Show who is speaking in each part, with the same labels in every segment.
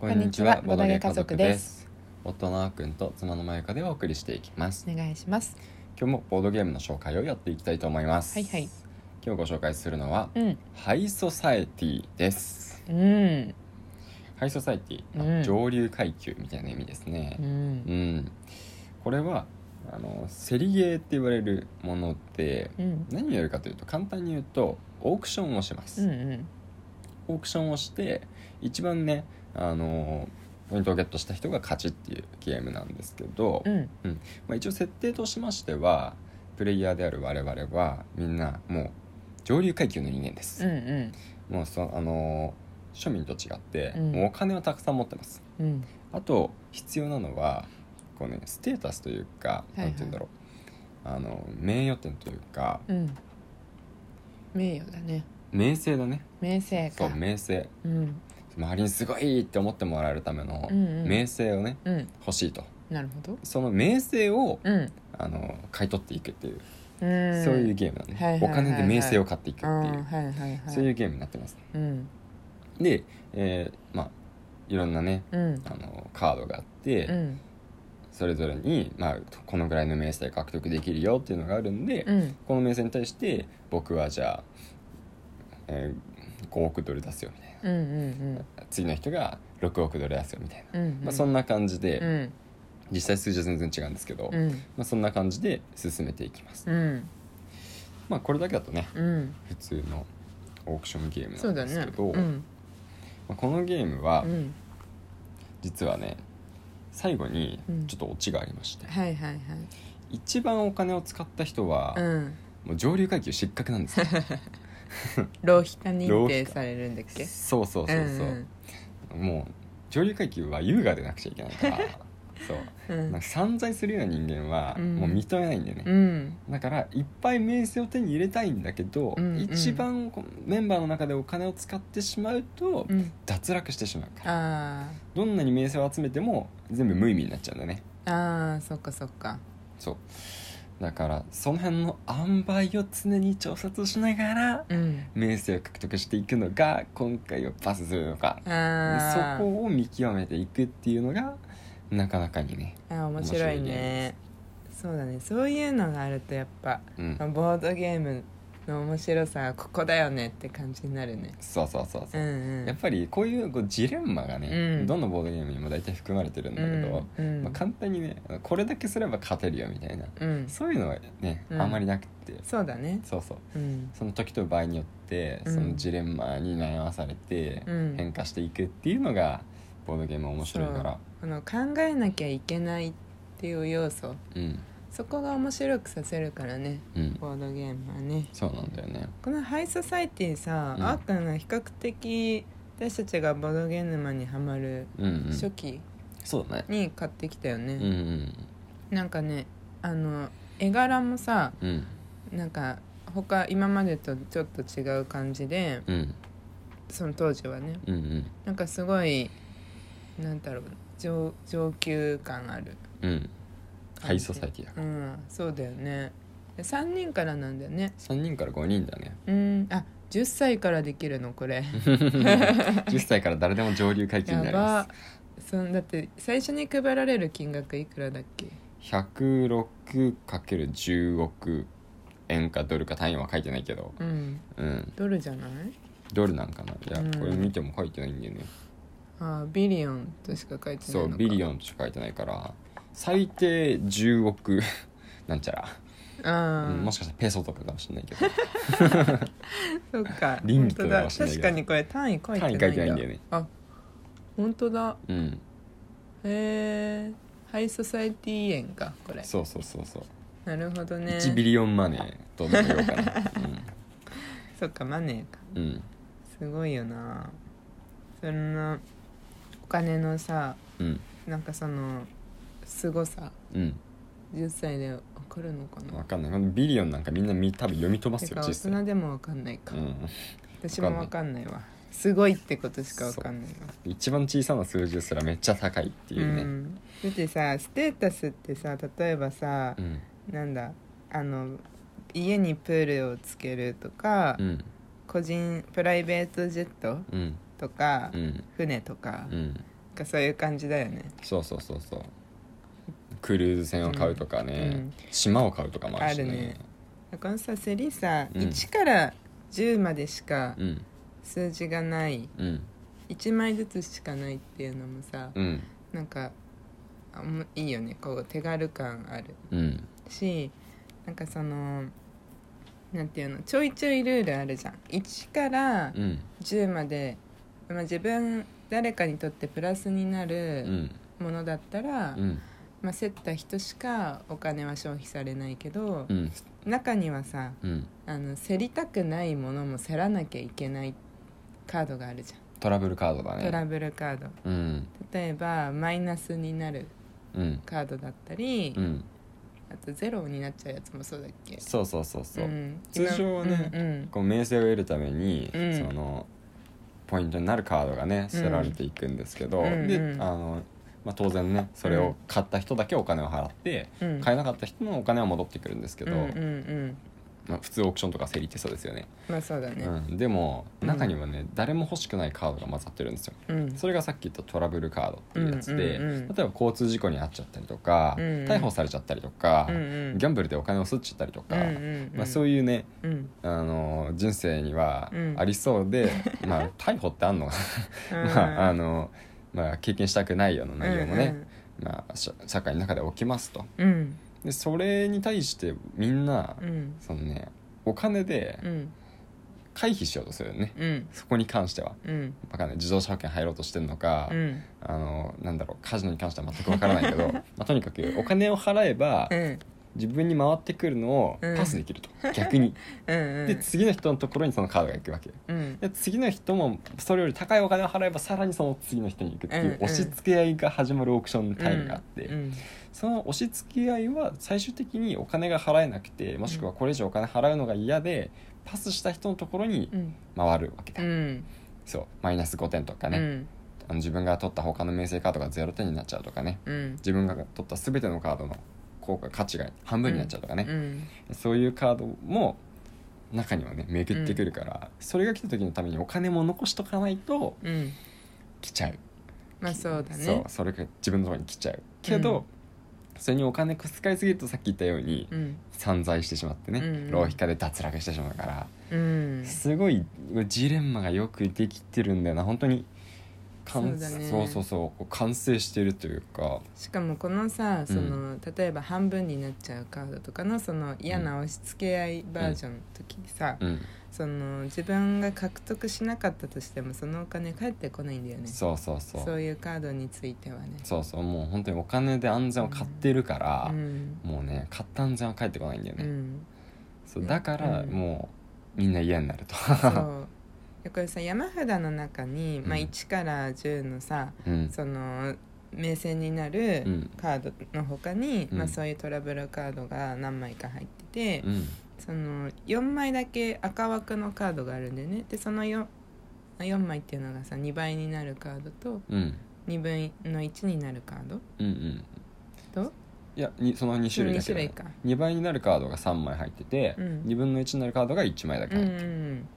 Speaker 1: こ
Speaker 2: んにちはボドゲ家族です
Speaker 1: 夫のあーくんと妻のまゆかでお送りしていきます
Speaker 2: お願いします
Speaker 1: 今日もボードゲームの紹介をやっていきたいと思います
Speaker 2: はいはい
Speaker 1: 今日ご紹介するのは
Speaker 2: うん
Speaker 1: ハイソサエティです
Speaker 2: うん
Speaker 1: ハイソサエティ、あ
Speaker 2: うん
Speaker 1: 上流階級みたいな意味ですね
Speaker 2: う
Speaker 1: うん、
Speaker 2: ん
Speaker 1: これはあのセリゲーって言われるもので
Speaker 2: うん
Speaker 1: 何をやるかというと簡単に言うとオークションをします、
Speaker 2: うんうん
Speaker 1: オークションをして一番ねあのポイントをゲットした人が勝ちっていうゲームなんですけど、
Speaker 2: うん
Speaker 1: まあ、一応設定としましてはプレイヤーである我々はみんなもう上流階級の人間で
Speaker 2: う
Speaker 1: す、
Speaker 2: ん
Speaker 1: もうそあの庶民と違って、
Speaker 2: うん
Speaker 1: もうお金をたくさん持ってます
Speaker 2: うん
Speaker 1: あと必要なのはこうねステータスというか
Speaker 2: はいは
Speaker 1: 何、な
Speaker 2: い
Speaker 1: んて言うんだろうあの名誉点というか
Speaker 2: うん名誉だね
Speaker 1: 名声だね
Speaker 2: 名声
Speaker 1: そ
Speaker 2: か
Speaker 1: う名声
Speaker 2: うん
Speaker 1: 周りにすごいって思ってもらえるための
Speaker 2: うんうん
Speaker 1: 名声をね、
Speaker 2: うん
Speaker 1: 欲しいと
Speaker 2: なるほど
Speaker 1: その名声を
Speaker 2: うん
Speaker 1: あの買い取っていくっていう、
Speaker 2: うん
Speaker 1: そういうゲームなんで、
Speaker 2: はいはいはいはい
Speaker 1: お金で名声を買っていくっていう、
Speaker 2: うんはいはいはい
Speaker 1: そういうゲームになってます
Speaker 2: うん
Speaker 1: で、えーまあいろんなね
Speaker 2: うん
Speaker 1: あのカードがあって、
Speaker 2: うん
Speaker 1: それぞれに、まあ、このぐらいの名声獲得できるよっていうのがあるんで、
Speaker 2: うん
Speaker 1: この名声に対して僕はじゃあ、えー5億ドル出すよみたい
Speaker 2: うんうん
Speaker 1: な次の人が6億ドル出すよみたいな、
Speaker 2: うんうん
Speaker 1: まあ、そんな感じで、
Speaker 2: うん
Speaker 1: 実際数字は全然違うんですけど、
Speaker 2: う
Speaker 1: ま
Speaker 2: ん
Speaker 1: あ、そんな感じで進めていきます、
Speaker 2: うん
Speaker 1: まあこれだけだとね
Speaker 2: うん
Speaker 1: 普通のオークションゲーム
Speaker 2: そう
Speaker 1: な
Speaker 2: だ
Speaker 1: んです
Speaker 2: ね
Speaker 1: けど、
Speaker 2: うん
Speaker 1: まあ、このゲームは
Speaker 2: うん
Speaker 1: 実はね最後に
Speaker 2: うん
Speaker 1: ちょっとオチがありまして、
Speaker 2: はいはいはい
Speaker 1: 一番お金を使った人は、
Speaker 2: うん
Speaker 1: もう上流階級失格なん ですよ
Speaker 2: 浪費家認定されるんだっけ
Speaker 1: そうそうそうそう、もう上流階級は優雅でなくちゃいけない からそう
Speaker 2: うんうん
Speaker 1: なんか散財するような人間は
Speaker 2: うん
Speaker 1: もう認めないんでね、
Speaker 2: うん
Speaker 1: だからいっぱい名声を手に入れたいんだけど、
Speaker 2: うんうん
Speaker 1: 一番こうメンバーの中でお金を使ってしまうと
Speaker 2: うん
Speaker 1: 脱落してしまうから
Speaker 2: あ
Speaker 1: どんなに名声を集めても全部無意味になっちゃうんだね
Speaker 2: ーあーそっかそっか
Speaker 1: そうだからその辺の塩梅を常に調節しながら
Speaker 2: うん
Speaker 1: 名声を獲得していくのが今回はパスするのか
Speaker 2: あ
Speaker 1: そ
Speaker 2: ー
Speaker 1: こを見極めていくっていうのがなかなかにね
Speaker 2: あー面白いねそうだねそういうのがあるとやっぱ
Speaker 1: うん
Speaker 2: ボードゲームの面白さはここだよねって感じになるね
Speaker 1: そうそうそう
Speaker 2: う
Speaker 1: そ
Speaker 2: ん
Speaker 1: う、
Speaker 2: うん
Speaker 1: やっぱりこういうこうジレンマがね、
Speaker 2: うん
Speaker 1: どのボードゲームにも大体含まれてるんだけど、
Speaker 2: うんうん
Speaker 1: まあ、簡単にねこれだけすれば勝てるよみたいな
Speaker 2: うん
Speaker 1: そういうのはね、
Speaker 2: うん
Speaker 1: あんまりなくって
Speaker 2: そうだね
Speaker 1: そうそう
Speaker 2: うん
Speaker 1: その時と場合によって
Speaker 2: うん
Speaker 1: そのジレンマに悩まされて
Speaker 2: うん
Speaker 1: 変化していくっていうのがボードゲームは面白いから
Speaker 2: この考えなきゃいけないっていう要素
Speaker 1: うん
Speaker 2: そこが面白くさせるからね
Speaker 1: うん
Speaker 2: ボードゲームはね
Speaker 1: そうなんだよね
Speaker 2: このハイソサイティさ、
Speaker 1: うん
Speaker 2: あーくんが比較的私たちがボードゲームにハマる
Speaker 1: うんうん
Speaker 2: 初期
Speaker 1: そうだね
Speaker 2: に買ってきたよね、
Speaker 1: うんうん
Speaker 2: なんかねあの絵柄もさ
Speaker 1: うん
Speaker 2: なんか他今までとちょっと違う感じで
Speaker 1: うん
Speaker 2: その当時はね
Speaker 1: うんうん
Speaker 2: なんかすごいなんだろう上上級感ある
Speaker 1: うんハイソサイティだか
Speaker 2: う
Speaker 1: ら
Speaker 2: んそうだよねで3人からなんだよね
Speaker 1: 3人から5人だ ね
Speaker 2: うんあ10歳からできるのこ れ
Speaker 1: 10歳から誰でも上流階級に
Speaker 2: や
Speaker 1: なりま
Speaker 2: ばそのだって最初に配られる金額いくらだっけ
Speaker 1: す 106×10 億円かドルか単位は書いてないけど
Speaker 2: うん
Speaker 1: うん
Speaker 2: ドルじゃない
Speaker 1: ドルなんかないや
Speaker 2: うん
Speaker 1: これ見ても書いてないんだよね
Speaker 2: あービリオンとしか書いてな
Speaker 1: そ
Speaker 2: いうのか
Speaker 1: ビリオンとしか書いてないから最低10億 なんちゃら、
Speaker 2: あ
Speaker 1: うん
Speaker 2: ー
Speaker 1: もしかしたらペソとかかもしれないけ ど
Speaker 2: そっか
Speaker 1: 倫理とかは
Speaker 2: 本
Speaker 1: し
Speaker 2: 当だ
Speaker 1: ないけど
Speaker 2: 確かにこれ単位書いてないんだ
Speaker 1: 単位書いてないんだよね
Speaker 2: あ本当だ
Speaker 1: うん
Speaker 2: へえハイソサイティ円かこれ
Speaker 1: そうそうそうそう、
Speaker 2: なるほどね
Speaker 1: 1ビリオンマネーとでも言おうかな
Speaker 2: そっかマネーか
Speaker 1: うん、うん
Speaker 2: すごいよなそんなお金のさ
Speaker 1: うん
Speaker 2: なんかそのすごさ
Speaker 1: うん
Speaker 2: 10歳でわかるのかな
Speaker 1: 分かんないこのビリオンなんかみんなみ多分読み飛ばすよ
Speaker 2: てか大
Speaker 1: 実際、
Speaker 2: 人でもわかんないか、
Speaker 1: うん、
Speaker 2: 私もわかんないわすごいってことしかわかんないわ
Speaker 1: 一番小さな数字ですらめっちゃ高いって
Speaker 2: う
Speaker 1: いうね
Speaker 2: ん、だってさステータスってさ例えばさ
Speaker 1: う、ん
Speaker 2: なんだあの家にプールをつけるとか、
Speaker 1: うん
Speaker 2: 個人プライベートジェット
Speaker 1: うん
Speaker 2: とか、
Speaker 1: うん
Speaker 2: 船とか
Speaker 1: うん
Speaker 2: かそういう感じだよね
Speaker 1: そうそうそうそうクルーズ船を買うとかね、
Speaker 2: うん
Speaker 1: 島を買うとかもあるしね
Speaker 2: あるねこのさセリさ、
Speaker 1: うん
Speaker 2: 1から10までしか
Speaker 1: うん
Speaker 2: 数字がない
Speaker 1: うん
Speaker 2: 1枚ずつしかないっていうのもさ、
Speaker 1: うん
Speaker 2: なんかあもういいよねこう手軽感ある
Speaker 1: うん
Speaker 2: しなんかそのなんていうのちょいちょいルールあるじゃん1から
Speaker 1: うん
Speaker 2: 10まで、まあ、自分誰かにとってプラスにな
Speaker 1: う
Speaker 2: る
Speaker 1: ん
Speaker 2: ものだった
Speaker 1: う
Speaker 2: ら、
Speaker 1: ん
Speaker 2: まあ、競った人しかお金は消費されないけど
Speaker 1: う、ん
Speaker 2: 中にはさ
Speaker 1: うん
Speaker 2: あの競りたくないものも競らなきゃいけないカードがあるじ
Speaker 1: トラブルカードだ
Speaker 2: ゃん、
Speaker 1: ね
Speaker 2: トラブルカード
Speaker 1: うん
Speaker 2: 例えばマイナスになる
Speaker 1: うん
Speaker 2: カードだったり、
Speaker 1: うん
Speaker 2: あとゼロになっちゃうやつもそうだっけ
Speaker 1: そうそうそうそう、
Speaker 2: ん
Speaker 1: 通常はね
Speaker 2: うんうん
Speaker 1: こう名声を得るために、
Speaker 2: うん
Speaker 1: そのポイントになるカードがね
Speaker 2: うん
Speaker 1: 捨てられていくんですけど、
Speaker 2: うんうん
Speaker 1: であの、まあ、当然ねそれ
Speaker 2: うん
Speaker 1: を買った人だけお金を払って、
Speaker 2: うん
Speaker 1: 買えなかった人のお金は戻ってくるんですけど、
Speaker 2: うんうんうん
Speaker 1: まあ、普通オークションとか競りってそうですよね、
Speaker 2: まあそうだね
Speaker 1: うん、でも
Speaker 2: うん
Speaker 1: 中にはね、誰も欲しくないカードが混ざってるんですよ
Speaker 2: うん
Speaker 1: それがさっき言ったトラブルカードっていうやつで、
Speaker 2: うんうんうん
Speaker 1: 例えば交通事故に遭っちゃったりとか、
Speaker 2: うんうん
Speaker 1: 逮捕されちゃったりとか、
Speaker 2: うんうん
Speaker 1: ギャンブルでお金をすっちゃったりとか、
Speaker 2: うんうん
Speaker 1: まあ、そう
Speaker 2: い
Speaker 1: いうね
Speaker 2: うん、うん
Speaker 1: あの人生には
Speaker 2: うん
Speaker 1: ありそう で、まあ逮捕ってあんのかな まああの、まあ、経験したくないような内容もね、まあ、社社会の中で起きますと
Speaker 2: うんうん
Speaker 1: でそれに対してみんな、
Speaker 2: うん
Speaker 1: そのねお金で
Speaker 2: うん
Speaker 1: 回避しようとするよね、
Speaker 2: うん
Speaker 1: そこに関しては
Speaker 2: うん
Speaker 1: わかんない自動車保険入ろうとしてるのか、
Speaker 2: うん
Speaker 1: あのなんだろうカジノに関しては全くわからないけ どまあとにかくお金を払えば
Speaker 2: うん
Speaker 1: 自分に回ってくるのをパスできると、逆に
Speaker 2: うん
Speaker 1: で次の人のところにそのカードが行くわけ
Speaker 2: うん
Speaker 1: で次の人もそれより高いお金を払えばさらにその次の人に行くってい
Speaker 2: うんう
Speaker 1: うん押し付け合いが始まるオークションタイムがあって、
Speaker 2: うん
Speaker 1: その押し付け合いは最終的にお金が払えなくてもしくはこれ以上お金払うのが嫌でパスした人のところに
Speaker 2: うん
Speaker 1: 回るわけ
Speaker 2: う
Speaker 1: だ、
Speaker 2: ん
Speaker 1: そうマイナス5点とか
Speaker 2: う
Speaker 1: ね、
Speaker 2: ん
Speaker 1: あの自分が取った他の名声カードが0点になっちゃうとかね
Speaker 2: うん
Speaker 1: 自分が取った全てのカードの効果価値が半分になっちゃうとかね、
Speaker 2: うん
Speaker 1: そういうカードも中にはね巡ってくるから、それが来た時のためにお金も残しとかないと
Speaker 2: うん
Speaker 1: 来ちゃう
Speaker 2: まあそうだね
Speaker 1: そうそれが自分のところに来ちゃうけど、それにお金使いすぎるとさっき言ったように、
Speaker 2: うん
Speaker 1: 散財してしまってね、
Speaker 2: うんうん
Speaker 1: 浪費家で脱落してしまうから、
Speaker 2: うん
Speaker 1: すごいジレンマがよくできてるんだよな本当に完
Speaker 2: そうだね
Speaker 1: そうそうそうこう完成してるというか
Speaker 2: しかもこのさその、例えば半分になっちゃうカードとかのその嫌な押し付け合いバージョンの時にさ、
Speaker 1: うん
Speaker 2: その自分が獲得しなかったとしてもそのお金返ってこないんだよね
Speaker 1: そうそうそう
Speaker 2: そういうカードについてはね
Speaker 1: そうそうもう本当にお金で安全を買ってるから
Speaker 2: う、ん
Speaker 1: もうね買った安全は返ってこないんだよ
Speaker 2: う
Speaker 1: ね、
Speaker 2: ん
Speaker 1: そうだから
Speaker 2: うん
Speaker 1: もうみんな嫌になると
Speaker 2: そうでこれさ山札の中に、まあ、
Speaker 1: うん
Speaker 2: 1から10のさ、
Speaker 1: うん
Speaker 2: その名線になる
Speaker 1: うん
Speaker 2: カードの他に、
Speaker 1: うん
Speaker 2: まあ、そういうトラブルカードが何枚か入ってて、
Speaker 1: うん
Speaker 2: その4枚だけ赤枠のカードがあるんだよねでその 4, 4枚っていうのがさ2倍になるカードと
Speaker 1: うん
Speaker 2: 2分の1になるカード
Speaker 1: うんうん
Speaker 2: と
Speaker 1: いやにその2種類だけ
Speaker 2: その
Speaker 1: だ、ね
Speaker 2: 二種類か、
Speaker 1: 2倍になるカードが3枚入ってて、
Speaker 2: うん
Speaker 1: 2分の1になるカードが1枚だけ
Speaker 2: うんう
Speaker 1: 入
Speaker 2: ん
Speaker 1: っ
Speaker 2: う
Speaker 1: て
Speaker 2: ん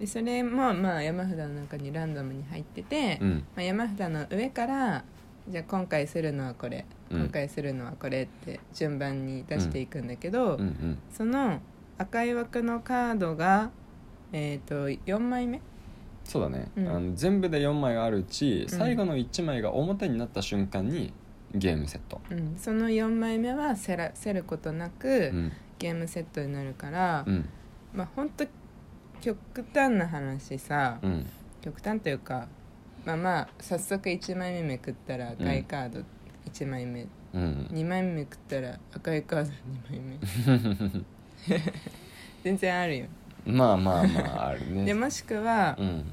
Speaker 2: でそれもまあ山札の中にランダムに入ってて、
Speaker 1: うん
Speaker 2: まあ、山札の上からじゃあ今回するのはこれ、
Speaker 1: うん
Speaker 2: 今回するのはこれって順番に出していくんだけ
Speaker 1: う
Speaker 2: ど、
Speaker 1: んうん
Speaker 2: その赤い枠のカードが、えー、と4枚目
Speaker 1: そうだね、
Speaker 2: うん
Speaker 1: あの全部で4枚があるうち最後の1枚が表になった瞬間にゲームセット
Speaker 2: うん、その4枚目はせらせることなく、
Speaker 1: うん
Speaker 2: ゲームセットになるから、
Speaker 1: うん
Speaker 2: まあ本当極端な話さ、
Speaker 1: うん
Speaker 2: 極端というかまあまあ早速1枚目めくったら赤いカード1枚目、
Speaker 1: うん
Speaker 2: 2枚目めくったら赤いカード2枚目 全然あるよ
Speaker 1: まあまあまああるね
Speaker 2: でもしくは
Speaker 1: う、ん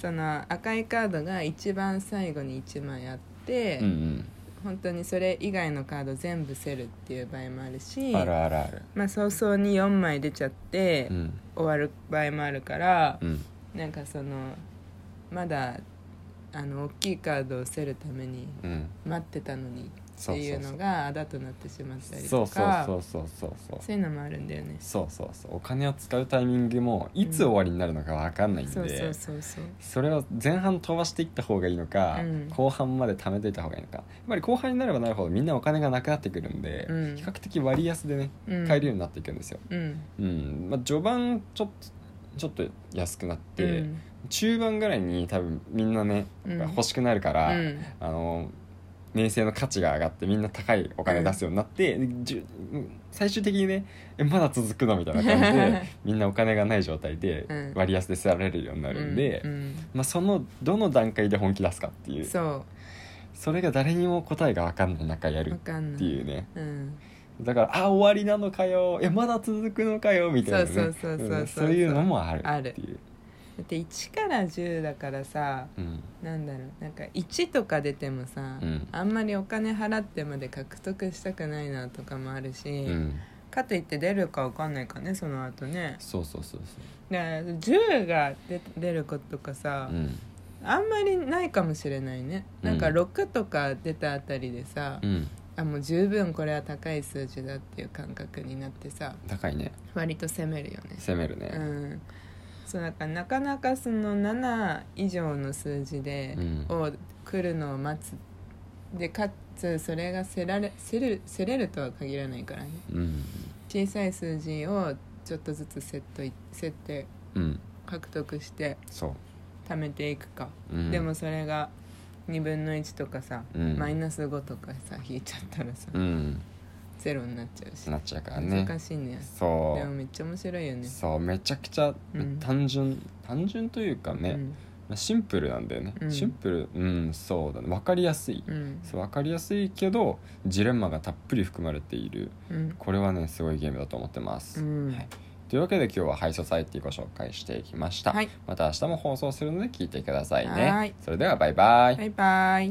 Speaker 2: その赤いカードが一番最後に1枚あって、
Speaker 1: うん
Speaker 2: 本当にそれ以外のカード全部セルっていう場合もある
Speaker 1: う
Speaker 2: し
Speaker 1: んあるあるある
Speaker 2: まあ早々に4枚出ちゃって、
Speaker 1: うん
Speaker 2: 終わる場合もあるから
Speaker 1: う、ん
Speaker 2: なんかそのまだあの大きいカードを競るために
Speaker 1: うん
Speaker 2: 待ってたのにっていうのがあだとなってしまったり
Speaker 1: そ
Speaker 2: と
Speaker 1: うそう
Speaker 2: か
Speaker 1: そうそうそうそう
Speaker 2: そういうのもあるんだよね
Speaker 1: そうそうそうお金を使うタイミングもいつ終わりになるのか分かんないんで、
Speaker 2: そうそうそうそう
Speaker 1: それを前半飛ばしていった方がいいのか、
Speaker 2: うん
Speaker 1: 後半まで貯めといた方がいいのかやっぱり後半になればなるほどみんなお金がなくなってくるんで、
Speaker 2: うん
Speaker 1: 比較的割安でね
Speaker 2: うん
Speaker 1: 買えるようになっていくんですよ、
Speaker 2: うん
Speaker 1: うんまあ、序盤ちょっとちょっと安くなって、
Speaker 2: うん
Speaker 1: 中盤ぐらいに多分みんなね、
Speaker 2: うん
Speaker 1: 欲しくなるから、
Speaker 2: うん
Speaker 1: あの名声の価値が上がってみんな高いお金出すようになって、じゅ最終的にねえまだ続くのみたいな感じで みんなお金がない状態で
Speaker 2: うん
Speaker 1: 割安で捨てられるようになるんで、
Speaker 2: うん
Speaker 1: まあ、そのどの段階で本気出すかっていううん
Speaker 2: そ
Speaker 1: それが誰にも答えが分かんない中や
Speaker 2: うわ
Speaker 1: る
Speaker 2: かん
Speaker 1: っ
Speaker 2: な
Speaker 1: て
Speaker 2: い
Speaker 1: いうね
Speaker 2: うん
Speaker 1: だからあ終わりなのかよえまだ続くのかよみたいな、ね、
Speaker 2: そうそうそうそうそうん
Speaker 1: そういうのもあるっていう。
Speaker 2: だって1から10だからさ
Speaker 1: うん
Speaker 2: なんだろうなんか1とか出てもさ、
Speaker 1: うん
Speaker 2: あんまりお金払ってまで獲得したくないなとかもあるし、
Speaker 1: うん、
Speaker 2: かといって出るかわかんないからねその後ね
Speaker 1: そうそうそう
Speaker 2: で10が出出ることかさ
Speaker 1: そう、、うん
Speaker 2: あんまりないかもしれないねなんか
Speaker 1: うん
Speaker 2: 6とか出たあたりでさ、
Speaker 1: うん、
Speaker 2: あもう十分これは高い数字だっていう感覚になってさ
Speaker 1: 高いね
Speaker 2: 割と攻めるよね
Speaker 1: 攻める
Speaker 2: う
Speaker 1: ね、
Speaker 2: んそうだからなかなかその7以上の数字で、
Speaker 1: うん
Speaker 2: を来るのを待つでかつそれがせられせるせれるとは限らないからね
Speaker 1: うん
Speaker 2: 小さい数字をちょっとずつセットい設定
Speaker 1: うん、
Speaker 2: 獲得して
Speaker 1: そ
Speaker 2: 貯めていくか、
Speaker 1: う、うん、
Speaker 2: でもそれが2分の1とかさ、
Speaker 1: うん
Speaker 2: マイナス5とかさ引いちゃったらさ、
Speaker 1: うん
Speaker 2: ゼロになっちゃうし
Speaker 1: なっちゃうからね
Speaker 2: 難しいんだよ
Speaker 1: そ
Speaker 2: でもめっちゃ面白いよ
Speaker 1: う
Speaker 2: ね
Speaker 1: そうめちゃくちゃ
Speaker 2: うん
Speaker 1: 単純、単純というかね、
Speaker 2: うん
Speaker 1: まあシンプルなんだよね、
Speaker 2: うん
Speaker 1: シンプルうんそうだね分かりやすい、
Speaker 2: うん
Speaker 1: そう分かりやすいけどジレンマがたっぷり含まれている
Speaker 2: うん
Speaker 1: これはねすごいゲームだと思ってます、
Speaker 2: うん
Speaker 1: はい、というわけで今日は「ハイソサイティ」ご紹介していきました、
Speaker 2: はい
Speaker 1: また明日も放送するので聞いてくださいね
Speaker 2: はい
Speaker 1: それではバイバイ
Speaker 2: バイバイ